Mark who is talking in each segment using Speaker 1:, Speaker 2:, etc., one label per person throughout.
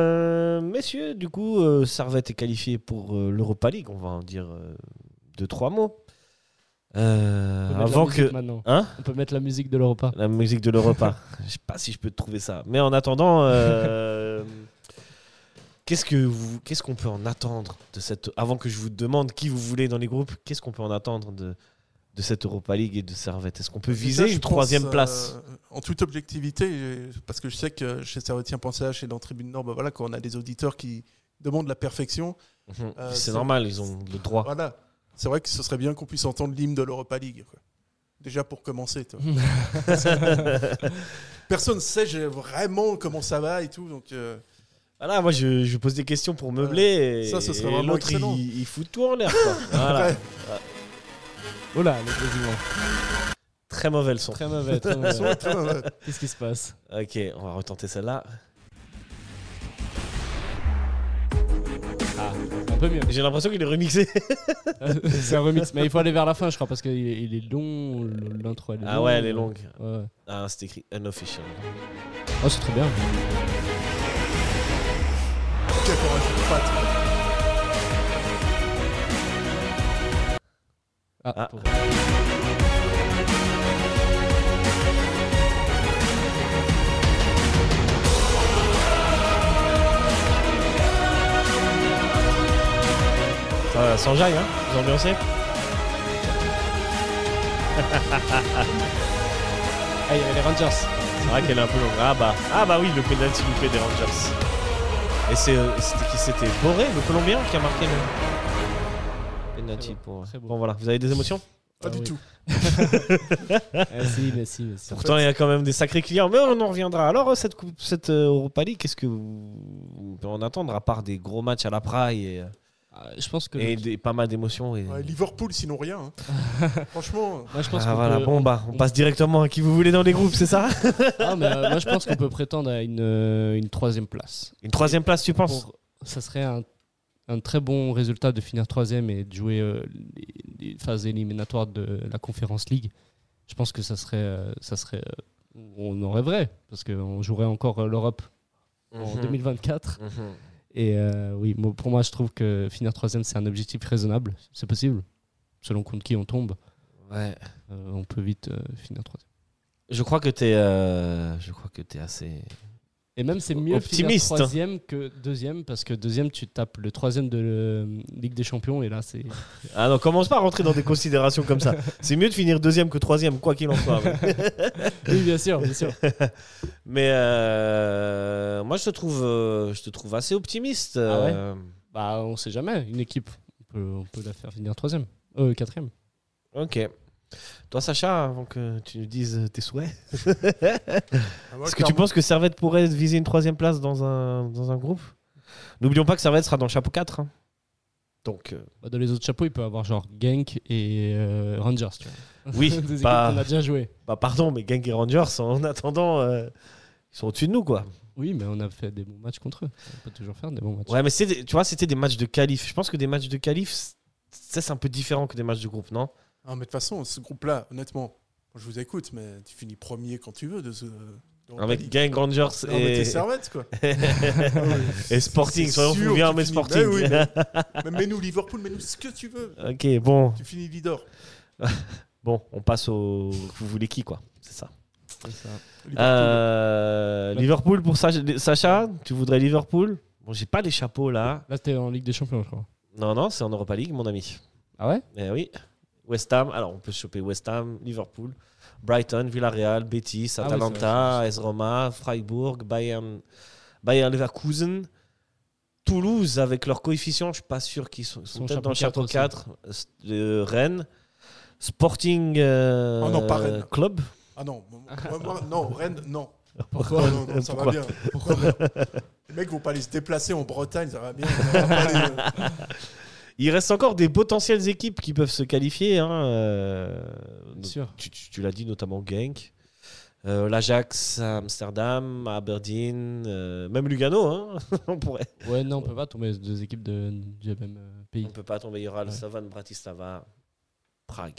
Speaker 1: Euh, messieurs, du coup, euh, Servette est qualifié pour euh, l'Europa League. On va en dire euh, deux, trois mots. Euh,
Speaker 2: On peut mettre la
Speaker 1: avant
Speaker 2: musique
Speaker 1: que.
Speaker 2: maintenant.
Speaker 1: Hein
Speaker 2: On peut mettre la musique de l'Europa.
Speaker 1: La musique de l'Europa. Je sais pas si je peux te trouver ça. Mais en attendant, euh, qu'est-ce que vous, qu'est-ce qu'on peut en attendre de cette avant que je vous demande qui vous voulez dans les groupes, qu'est-ce qu'on peut en attendre de de cette Europa League et de Servette Est-ce qu'on peut viser
Speaker 3: Ça, je
Speaker 1: une
Speaker 3: pense,
Speaker 1: troisième
Speaker 3: euh,
Speaker 1: place
Speaker 3: En toute objectivité, parce que je sais que chez Servetien Pensée et dans Tribune Nord, bah voilà, quand on a des auditeurs qui demandent la perfection,
Speaker 1: Mhm.
Speaker 3: euh,
Speaker 1: C'est
Speaker 3: c'est-
Speaker 1: normal, ils ont le droit.
Speaker 3: voilà. C'est vrai que ce serait bien qu'on puisse entendre l'hymne de l'Europa League. quoi. Déjà pour commencer. toi. Personne ne sait j'ai vraiment comment ça va et tout. Donc, euh,
Speaker 1: Voilà, moi je, je pose des questions pour meubler.
Speaker 3: Ça,
Speaker 1: et-
Speaker 3: ce serait
Speaker 1: et
Speaker 3: vraiment
Speaker 1: l'autre,
Speaker 3: excellent.
Speaker 1: il, il fout tout en l'air. quoi. Voilà.
Speaker 3: ouais.
Speaker 2: Oh là, le président.
Speaker 1: Très mauvais le son.
Speaker 2: Très mauvais. très
Speaker 3: Ils sont
Speaker 2: mauvais.
Speaker 3: là, toi, ouais.
Speaker 2: Qu'est-ce qui se passe
Speaker 1: Ok, on va retenter celle-là.
Speaker 2: Ah, Un peu mieux.
Speaker 1: J'ai l'impression qu'il est remixé.
Speaker 2: C'est un remix. Mais il faut aller vers la fin, je crois, parce qu'il est, il est long. l- L'intro, elle est
Speaker 1: Ah ouais, elle est longue.
Speaker 2: Ouais.
Speaker 1: Ah, c'est écrit unofficial.
Speaker 2: Oh, c'est très bien.
Speaker 3: Quel courage, Pat.
Speaker 2: Ah,
Speaker 1: Ah.
Speaker 2: pour-
Speaker 1: Ça, sans jaille, hein Vous ambiancez
Speaker 2: Ah, il y avait les Rangers.
Speaker 1: C'est vrai qu'elle est un peu longue. Ah bah, ah bah oui, le penalty loupé des Rangers. Et c'est, euh, c'était qui c'était Boré, le Colombien, qui a marqué le penalty
Speaker 2: Très beau,
Speaker 1: pour.
Speaker 2: très beau.
Speaker 1: Bon voilà, vous avez des émotions
Speaker 3: Pas
Speaker 2: Ah
Speaker 3: du
Speaker 2: oui.
Speaker 3: tout.
Speaker 2: Ah, si, mais si, mais si.
Speaker 1: Pourtant, il y a quand même des sacrés clients, mais on en reviendra. Alors, euh, cette, coupe, cette euh, Europa League, qu'est-ce que vous vous pouvez en attendre à part des gros matchs à la praille et, euh,
Speaker 2: Ah, Je pense que.
Speaker 1: et des- pas mal d'émotions et...
Speaker 3: Ouais, Liverpool, sinon rien. hein. Franchement,
Speaker 2: Moi, je pense
Speaker 1: Ah
Speaker 2: qu'on
Speaker 1: voilà,
Speaker 2: peut-
Speaker 1: bon bah, on passe directement à qui vous voulez dans les groupes, c'est ça
Speaker 2: Ah, mais, euh, moi, je pense qu'on peut prétendre à une, euh, une troisième place.
Speaker 1: Une troisième place, tu penses
Speaker 2: Pour- ça serait un, un très bon résultat de finir troisième et de jouer euh, les, les phases éliminatoires de la Conférence League. Je pense que ça serait, euh, ça serait, euh, on en rêverait parce qu'on jouerait encore euh, l'Europe en
Speaker 1: Mhm.
Speaker 2: 2024.
Speaker 1: Mhm.
Speaker 2: Et euh, oui, moi- pour moi, je trouve que finir troisième, c'est un objectif raisonnable. C'est possible. Selon contre qui on tombe,
Speaker 1: Ouais.
Speaker 2: euh, on peut vite euh, finir troisième.
Speaker 1: Je crois que t'es, euh, je crois que t'es assez.
Speaker 2: Et même, c'est mieux
Speaker 1: Optimiste.
Speaker 2: finir troisième que deuxième, parce que deuxième, tu tapes le troisième de euh, Ligue des Champions, et là, c'est
Speaker 1: Ah non, commence pas à rentrer dans des considérations comme ça. C'est mieux de finir deuxième que troisième, quoi qu'il en soit. Mais,
Speaker 2: Oui, bien sûr, bien sûr.
Speaker 1: Mais, euh, moi, je te trouve, euh, je te trouve assez optimiste.
Speaker 2: Ah
Speaker 1: euh,
Speaker 2: bah, on sait jamais. Une équipe, on peut, on peut la faire finir troisième, euh, quatrième.
Speaker 1: Ok. Toi, Sacha, avant que tu nous dises tes souhaits,
Speaker 3: ah, moi,
Speaker 1: est-ce que tu
Speaker 3: clairement,
Speaker 1: penses que Servette pourrait viser une troisième place dans un, dans un groupe N'oublions pas que Servette sera dans le chapeau 4. hein. Donc, euh,
Speaker 2: Bah, dans les autres chapeaux, il peut avoir genre Genk et euh, Rangers. Tu vois.
Speaker 1: oui,
Speaker 2: Des équipes
Speaker 1: bah,
Speaker 2: qu'on a déjà joué.
Speaker 1: bah, pardon, mais Gang et Rangers, en attendant, euh, ils sont au-dessus de nous, quoi.
Speaker 2: Oui, mais on a fait des bons matchs contre eux. On peut toujours faire des bons matchs.
Speaker 1: Ouais, mais c'est des- tu vois, c'était des matchs de qualif. Je pense que des matchs de qualif, c- ça c'est un peu différent que des matchs de groupe, non
Speaker 3: Ah, mais de toute façon, ce groupe-là, honnêtement, je vous écoute, mais tu finis premier quand tu veux de ce. euh, de l'Europa
Speaker 1: Avec
Speaker 3: League.
Speaker 1: Gang Rangers
Speaker 3: bah, Non, mais
Speaker 1: et,
Speaker 3: t'es Servette, quoi.
Speaker 1: et Sporting.
Speaker 3: C'est
Speaker 1: Soyons
Speaker 3: sûr
Speaker 1: fous, bien,
Speaker 3: que
Speaker 1: mais
Speaker 3: tu
Speaker 1: Sporting.
Speaker 3: finis- Mais oui, mais- mais mets-nous Liverpool, mets-nous ce que tu veux.
Speaker 1: ok, bon,
Speaker 3: Tu finis leader.
Speaker 1: bon, on passe au. Vous voulez qui, quoi C'est ça.
Speaker 2: C'est ça.
Speaker 3: Liverpool.
Speaker 1: Euh, Liverpool pour Sach- Sacha Tu voudrais Liverpool Bon, j'ai pas les chapeaux là.
Speaker 2: Là, c'était en Ligue des Champions, je crois.
Speaker 1: Non, non, c'est en Europa League, mon ami.
Speaker 2: Ah ouais
Speaker 1: Eh oui. West Ham, alors on peut se choper West Ham, Liverpool, Brighton, Villarreal, Betis,
Speaker 2: Ah oui,
Speaker 1: Atalanta, AS Roma, Freiburg, Bayern, Bayern Leverkusen, Toulouse avec leur coefficient, je suis pas sûr qu'ils sont, ils sont
Speaker 2: Sont
Speaker 1: peut-être dans le chapeau
Speaker 2: chapeau
Speaker 1: 4, euh, Rennes, Sporting euh,
Speaker 3: Oh non, pas Rennes.
Speaker 1: Club.
Speaker 3: Ah non, moi- moi- non, Rennes, non.
Speaker 1: Pourquoi
Speaker 3: Non, non, non, ça
Speaker 1: Pourquoi
Speaker 3: va bien. Pourquoi Les mecs vont pas aller se déplacer en Bretagne, ça va bien. Ça va pas aller- euh,
Speaker 1: Il reste encore des potentielles équipes qui peuvent se qualifier. hein, euh,
Speaker 2: Bien sûr.
Speaker 1: tu, tu- tu l'as dit notamment Genk, euh, l'Ajax, à Amsterdam, à Aberdeen, euh, même Lugano, hein, on pourrait.
Speaker 2: Ouais, non, on peut pas tomber deux équipes de, du même euh,
Speaker 1: On
Speaker 2: pays.
Speaker 1: peut pas tomber, il y aura le
Speaker 2: Ouais.
Speaker 1: Savan, Bratislava, Prague.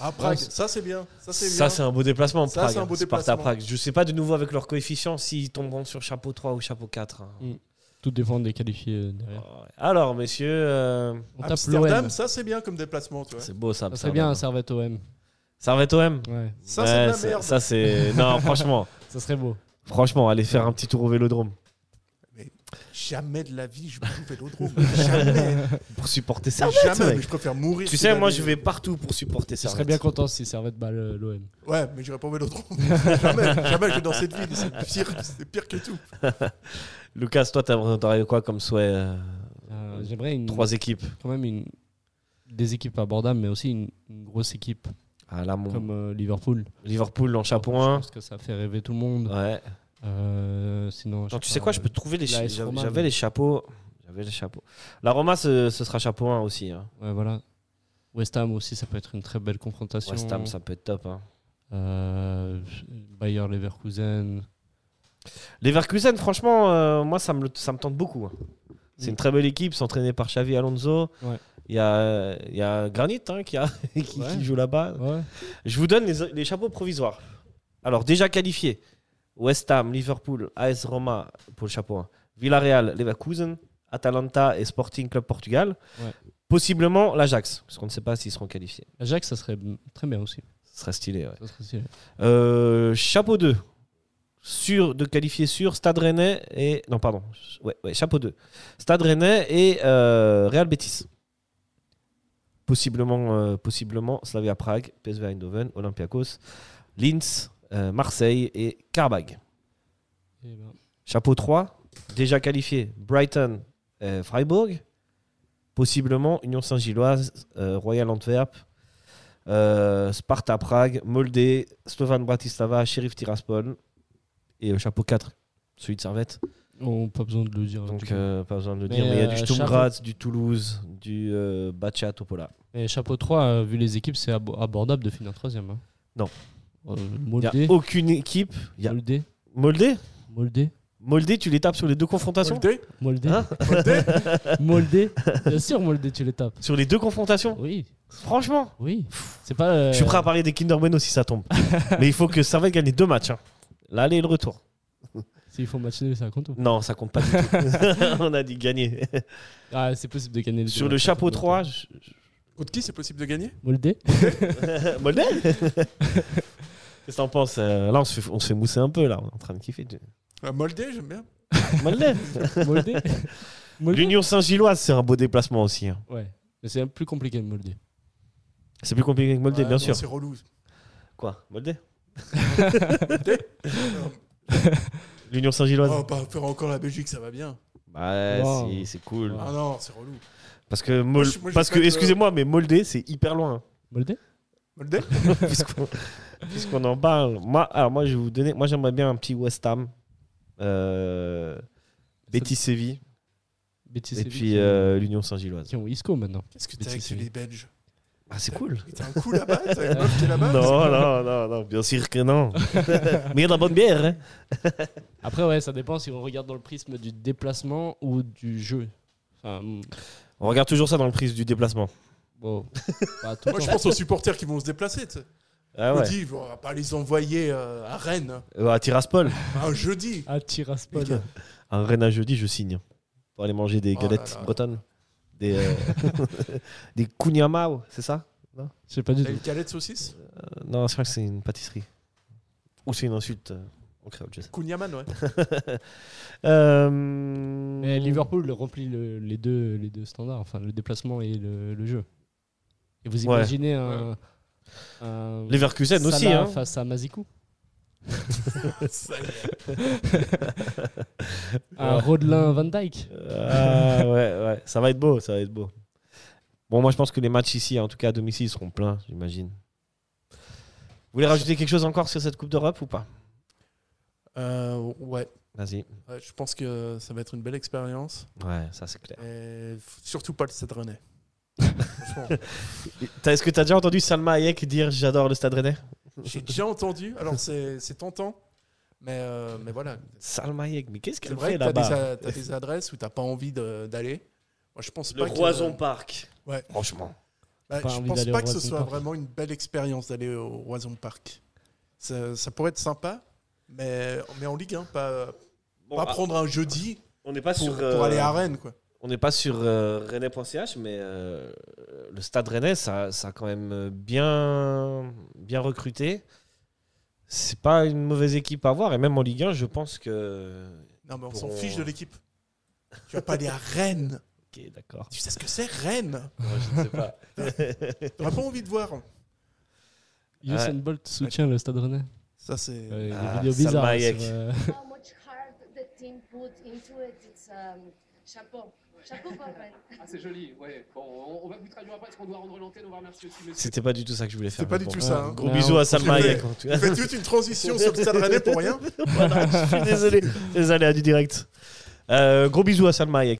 Speaker 3: Ah, Prague, ça c'est bien. Ça c'est
Speaker 1: Ça
Speaker 3: bien.
Speaker 1: c'est un beau déplacement,
Speaker 3: Ça,
Speaker 1: Prague.
Speaker 3: c'est un beau
Speaker 1: Sparta
Speaker 3: déplacement.
Speaker 1: Prague. Je sais pas de nouveau avec leur coefficient s'ils tomberont sur chapeau 3 ou chapeau 4. hein. Oh,
Speaker 2: Mm. Tout dépend des qualifiés euh, derrière.
Speaker 1: Alors, messieurs, euh,
Speaker 2: On tape
Speaker 3: Amsterdam,
Speaker 2: l'OM.
Speaker 3: ça c'est bien comme déplacement, tu vois.
Speaker 1: c'est beau ça. hein.
Speaker 2: Ça serait bien un
Speaker 1: ça.
Speaker 2: Servette OM.
Speaker 1: Ça va être OM
Speaker 2: Ouais,
Speaker 3: Ça,
Speaker 1: Ouais,
Speaker 3: c'est de la
Speaker 1: ça-
Speaker 3: merde.
Speaker 1: ça, c'est. Non, franchement.
Speaker 2: ça serait beau.
Speaker 1: Franchement, allez faire un petit tour au vélodrome
Speaker 3: Jamais de la vie, je vais au vélodrome. Jamais.
Speaker 1: pour supporter ça.
Speaker 3: Jamais, mais je préfère mourir.
Speaker 1: Tu
Speaker 3: que
Speaker 1: sais, moi
Speaker 3: d'aller-
Speaker 1: je vais partout pour supporter
Speaker 2: Je
Speaker 1: ça.
Speaker 2: serais bien content si Servette bat le- l'OM.
Speaker 3: euh, Ouais, mais j'irai pas au vélodrome. jamais, jamais je vais dans cette ville. C'est pire, c'est pire que tout.
Speaker 1: Lucas, toi, t'as- t'aurais quoi comme souhait euh,
Speaker 2: Euh, J'aimerais une,
Speaker 1: Trois équipes.
Speaker 2: quand même une, des équipes abordables, mais aussi une, une grosse équipe
Speaker 1: Ah, là, mon-
Speaker 2: comme euh, Liverpool.
Speaker 1: Liverpool en chapeau
Speaker 2: Je
Speaker 1: 1.
Speaker 2: pense que ça fait rêver tout le monde.
Speaker 1: Ouais.
Speaker 2: Euh, sinon,
Speaker 1: Attends,
Speaker 2: je
Speaker 1: tu
Speaker 2: sais
Speaker 1: sais
Speaker 2: pas,
Speaker 1: quoi, je peux te trouver les
Speaker 2: la
Speaker 1: cha-
Speaker 2: AS Roma,
Speaker 1: J'avais
Speaker 2: mais-
Speaker 1: les chapeaux. J'avais les chapeaux. La Roma, ce, ce sera chapeau 1 aussi. hein.
Speaker 2: euh, Ouais, voilà. West Ham aussi, ça peut être une très belle confrontation.
Speaker 1: West Ham, ça peut être top. Hein.
Speaker 2: Euh, Bayer Leverkusen.
Speaker 1: Leverkusen, franchement, euh, moi, ça me, le- ça me tente beaucoup. hein. C'est
Speaker 2: Mm.
Speaker 1: une très belle équipe, c'est entraîné par Xavi Alonso. Il
Speaker 2: Ouais.
Speaker 1: y, a, il y a Granit hein, qui, a- qui- qui
Speaker 2: Ouais.
Speaker 1: joue là-bas.
Speaker 2: Ouais.
Speaker 1: Je vous donne les, les chapeaux provisoires. Alors, déjà qualifiés West Ham, Liverpool, AS Roma pour le chapeau 1, Villarreal, Leverkusen, Atalanta et Sporting Club Portugal.
Speaker 2: Ouais.
Speaker 1: Possiblement l'Ajax, parce qu'on ne sait pas s'ils seront qualifiés.
Speaker 2: Ajax, ça serait m- très bien aussi.
Speaker 1: Ce serait stylé. ouais.
Speaker 2: Ça serait stylé.
Speaker 1: Euh, chapeau 2. Sûr de qualifier sur Stade Rennais et. Non, pardon. Ouais, ouais, chapeau 2. Stade Rennais et euh, Real Betis. Possiblement, euh, possiblement Slavia Prague, PSV Eindhoven, Olympiakos, Linz, euh, Marseille et Carbag.
Speaker 2: Eh ben,
Speaker 1: Chapeau 3. Déjà qualifié Brighton, euh, Freiburg. Possiblement Union Saint-Gilloise, euh, Royal Antwerp, euh, Sparta Prague, Moldé, Slovan Bratislava, Sheriff Tiraspol. Et euh, chapeau 4, celui de Servette.
Speaker 2: on pas besoin de le dire. hein, du
Speaker 1: Donc
Speaker 2: coup.
Speaker 1: euh, pas besoin de le
Speaker 2: Mais,
Speaker 1: dire. mais Il y a du
Speaker 2: euh,
Speaker 1: Sturm Graz, du Toulouse, du euh, Baccia Topola.
Speaker 2: Et chapeau 3, euh, vu les équipes, c'est abo- abordable de finir troisième. hein.
Speaker 1: Non.
Speaker 2: Euh,
Speaker 1: Il n'y a
Speaker 2: Moldé,
Speaker 1: aucune équipe. y a-
Speaker 2: Moldé,
Speaker 1: Moldé
Speaker 2: Moldé,
Speaker 1: Moldé, tu les tapes sur les deux confrontations
Speaker 3: Moldé,
Speaker 2: Moldé,
Speaker 1: Hein
Speaker 3: Moldé,
Speaker 2: Moldé. Bien sûr, Moldé, tu les tapes.
Speaker 1: Sur les deux confrontations
Speaker 2: Oui,
Speaker 1: Franchement
Speaker 2: oui. C'est pas. euh,
Speaker 1: Je suis prêt à parier des Kinder Bueno si ça tombe. Mais il faut que Servette gagne les deux matchs. hein. L'aller et le retour.
Speaker 2: S'il faut match nul, ça compte. ou
Speaker 1: Non, ça compte pas du tout. On a dit gagner.
Speaker 2: Ah, c'est possible de gagner. les
Speaker 1: Sur
Speaker 2: deux
Speaker 1: le
Speaker 2: matchs,
Speaker 1: chapeau
Speaker 2: ça compte.
Speaker 1: 3, je-
Speaker 3: Contre qui c'est possible de gagner
Speaker 2: Moldé.
Speaker 1: Moldé Qu'est-ce que t'en penses euh, Là, on se, fait, on se fait mousser un peu, là. On est en train de kiffer. tu-
Speaker 3: Ah, Moldé, j'aime bien.
Speaker 1: Moldé
Speaker 2: Moldé. Moldé.
Speaker 1: L'Union Saint-Gilloise, c'est un beau déplacement aussi. hein.
Speaker 2: Ouais. Mais c'est plus compliqué de Moldé.
Speaker 1: C'est plus compliqué que Moldé,
Speaker 3: Ouais,
Speaker 1: bien
Speaker 3: non,
Speaker 1: sûr.
Speaker 3: C'est relou.
Speaker 1: Quoi Moldé
Speaker 3: Non,
Speaker 1: L'Union Saint-Gilloise
Speaker 3: On va pas faire encore la Belgique, ça va bien.
Speaker 1: Bah,
Speaker 2: Wow.
Speaker 1: si, c'est cool.
Speaker 2: Wow.
Speaker 3: Ah non, c'est relou.
Speaker 1: Parce que, Mol-
Speaker 3: Moi, je- moi, je
Speaker 1: parce
Speaker 3: sais
Speaker 1: que
Speaker 3: que-
Speaker 1: excusez-moi, mais Moldé, c'est hyper loin. hein.
Speaker 2: Moldé
Speaker 3: Moldé
Speaker 1: puisqu'on puisqu'on en parle. Moi, alors, moi, je vais vous donner. Moi, j'aimerais bien un petit West Ham. Euh, Betis Séville
Speaker 2: Betis
Speaker 1: et
Speaker 2: Séville
Speaker 1: puis
Speaker 2: qui-
Speaker 1: euh, l'Union Saint-Gilloise.
Speaker 2: qui ont Isco maintenant.
Speaker 3: Qu'est-ce que
Speaker 2: Mais
Speaker 3: t'as avec
Speaker 2: c'est-
Speaker 3: les Belges
Speaker 1: Ah, c'est cool. Ah,
Speaker 3: T'as un coup là-bas T'as une meuf qui est là-bas
Speaker 1: Non, non, non, non, bien sûr que non. Mais il y a de la bonne bière. hein.
Speaker 2: Après, ouais, ça dépend si on regarde dans le prisme du déplacement ou du jeu. Enfin, mm,
Speaker 1: On regarde toujours ça dans le prise du déplacement.
Speaker 2: bon, pas tout le
Speaker 3: Moi, je
Speaker 2: temps.
Speaker 3: pense aux supporters qui vont se déplacer. tu sais.
Speaker 1: Ah ouais.
Speaker 3: Jeudi, on va pas les envoyer euh, à Rennes.
Speaker 1: Euh, à Tiraspol,
Speaker 3: Un jeudi.
Speaker 2: Ah, Tiraspol.
Speaker 3: Putain.
Speaker 1: un Rennes à jeudi, je signe. Pour aller manger des
Speaker 3: Oh
Speaker 1: galettes
Speaker 3: là là.
Speaker 1: bretonnes. Des, euh, des kougnamao, c'est ça
Speaker 2: Je sais pas du
Speaker 3: T'as
Speaker 2: tout.
Speaker 3: une calette saucisse
Speaker 1: Euh, Non, c'est vrai que c'est une pâtisserie. Ou c'est une insulte euh, en créole, je sais.
Speaker 3: Kunyaman, ouais.
Speaker 1: Euh,
Speaker 2: Mais Liverpool remplit le- les, deux, les deux standards, enfin le déplacement et le, le jeu. Et vous
Speaker 1: Ouais.
Speaker 2: imaginez un, un
Speaker 1: Leverkusen
Speaker 2: Salah
Speaker 1: aussi. Hein.
Speaker 2: face à Mazikou
Speaker 3: Ça y est.
Speaker 2: Un Rodelin Van Dyke
Speaker 1: Ah, ouais, ouais. Ça va être beau, ça va être beau. Bon, moi je pense que les matchs ici, en tout cas à domicile, seront pleins, j'imagine. Vous voulez rajouter quelque chose encore sur cette Coupe d'Europe ou pas
Speaker 3: Euh, ouais.
Speaker 1: Vas-y.
Speaker 3: Ouais, Je pense que ça va être une belle expérience.
Speaker 1: Ouais, ça c'est clair.
Speaker 3: Et f- surtout pas le Stade Rennais. Franchement,
Speaker 1: T'as- Est-ce que t'as déjà entendu Salma Hayek dire j'adore le stade rennais
Speaker 3: j'ai déjà entendu. Alors, c'est c'est tentant. Mais, euh, mais voilà.
Speaker 1: Salma Hayek, mais qu'est-ce
Speaker 3: C'est
Speaker 1: qu'elle
Speaker 3: vrai
Speaker 1: fait
Speaker 3: que t'as des,
Speaker 1: là-bas
Speaker 3: a- t'as des adresses où t'as pas envie de- d'aller. Moi, je pense
Speaker 1: Le
Speaker 3: pas que-
Speaker 1: Roison Park.
Speaker 3: Ouais.
Speaker 1: Franchement.
Speaker 3: Bah,
Speaker 2: Pas
Speaker 3: je
Speaker 2: envie
Speaker 3: pense
Speaker 2: d'aller
Speaker 3: pas
Speaker 2: au
Speaker 3: que ce
Speaker 2: Roison
Speaker 3: soit
Speaker 2: Park.
Speaker 3: vraiment une belle expérience d'aller au Roison Park. Ça, ça pourrait être sympa, mais, mais en Ligue 1, pas,
Speaker 1: Bon,
Speaker 3: pas
Speaker 1: ah,
Speaker 3: prendre un jeudi
Speaker 1: on n'est pas
Speaker 3: pour,
Speaker 1: sur.
Speaker 3: pour
Speaker 1: euh,
Speaker 3: aller à Rennes. Quoi.
Speaker 1: On n'est pas sur euh, rennais.ch, mais euh, le stade rennais, ça, ça a quand même euh, bien, bien recruté. C'est pas une mauvaise équipe à avoir, et même en Ligue 1, je pense que.
Speaker 3: Non, mais on
Speaker 1: pour-
Speaker 3: s'en fiche de l'équipe. Tu vas pas aller à Rennes.
Speaker 1: Ok, d'accord.
Speaker 3: Tu sais ce que c'est, Rennes
Speaker 1: Moi, je ne sais pas.
Speaker 3: T'aurais pas envie de voir.
Speaker 2: Usain
Speaker 1: Ouais.
Speaker 2: Bolt soutient le Stade Rennais.
Speaker 3: Ça, c'est.
Speaker 2: Ouais, il y a
Speaker 1: Ah,
Speaker 2: des vidéos
Speaker 1: Salma
Speaker 2: bizarres. hein,
Speaker 1: Hayek.
Speaker 2: sur, euh,
Speaker 4: how much heart the team put into it. It's um, chapeau. Chapeau, Papa.
Speaker 5: Ah, c'est joli, ouais. Bon, on, on va vous traduire après parce qu'on doit rendre l'antenne. On va remercier aussi monsieur.
Speaker 1: C'était pas du tout ça que je voulais faire.
Speaker 3: C'est pas
Speaker 1: mais
Speaker 3: du
Speaker 1: bon.
Speaker 3: tout ça. hein.
Speaker 1: Gros
Speaker 2: Non,
Speaker 1: bisous à Salma
Speaker 3: fait-
Speaker 1: Hayek, en tout cas.
Speaker 3: Vous faites toute une transition sur le stade rennais pour rien.
Speaker 1: Voilà, je suis désolé. Désolé à du direct. Euh, gros bisous à Salma Hayek.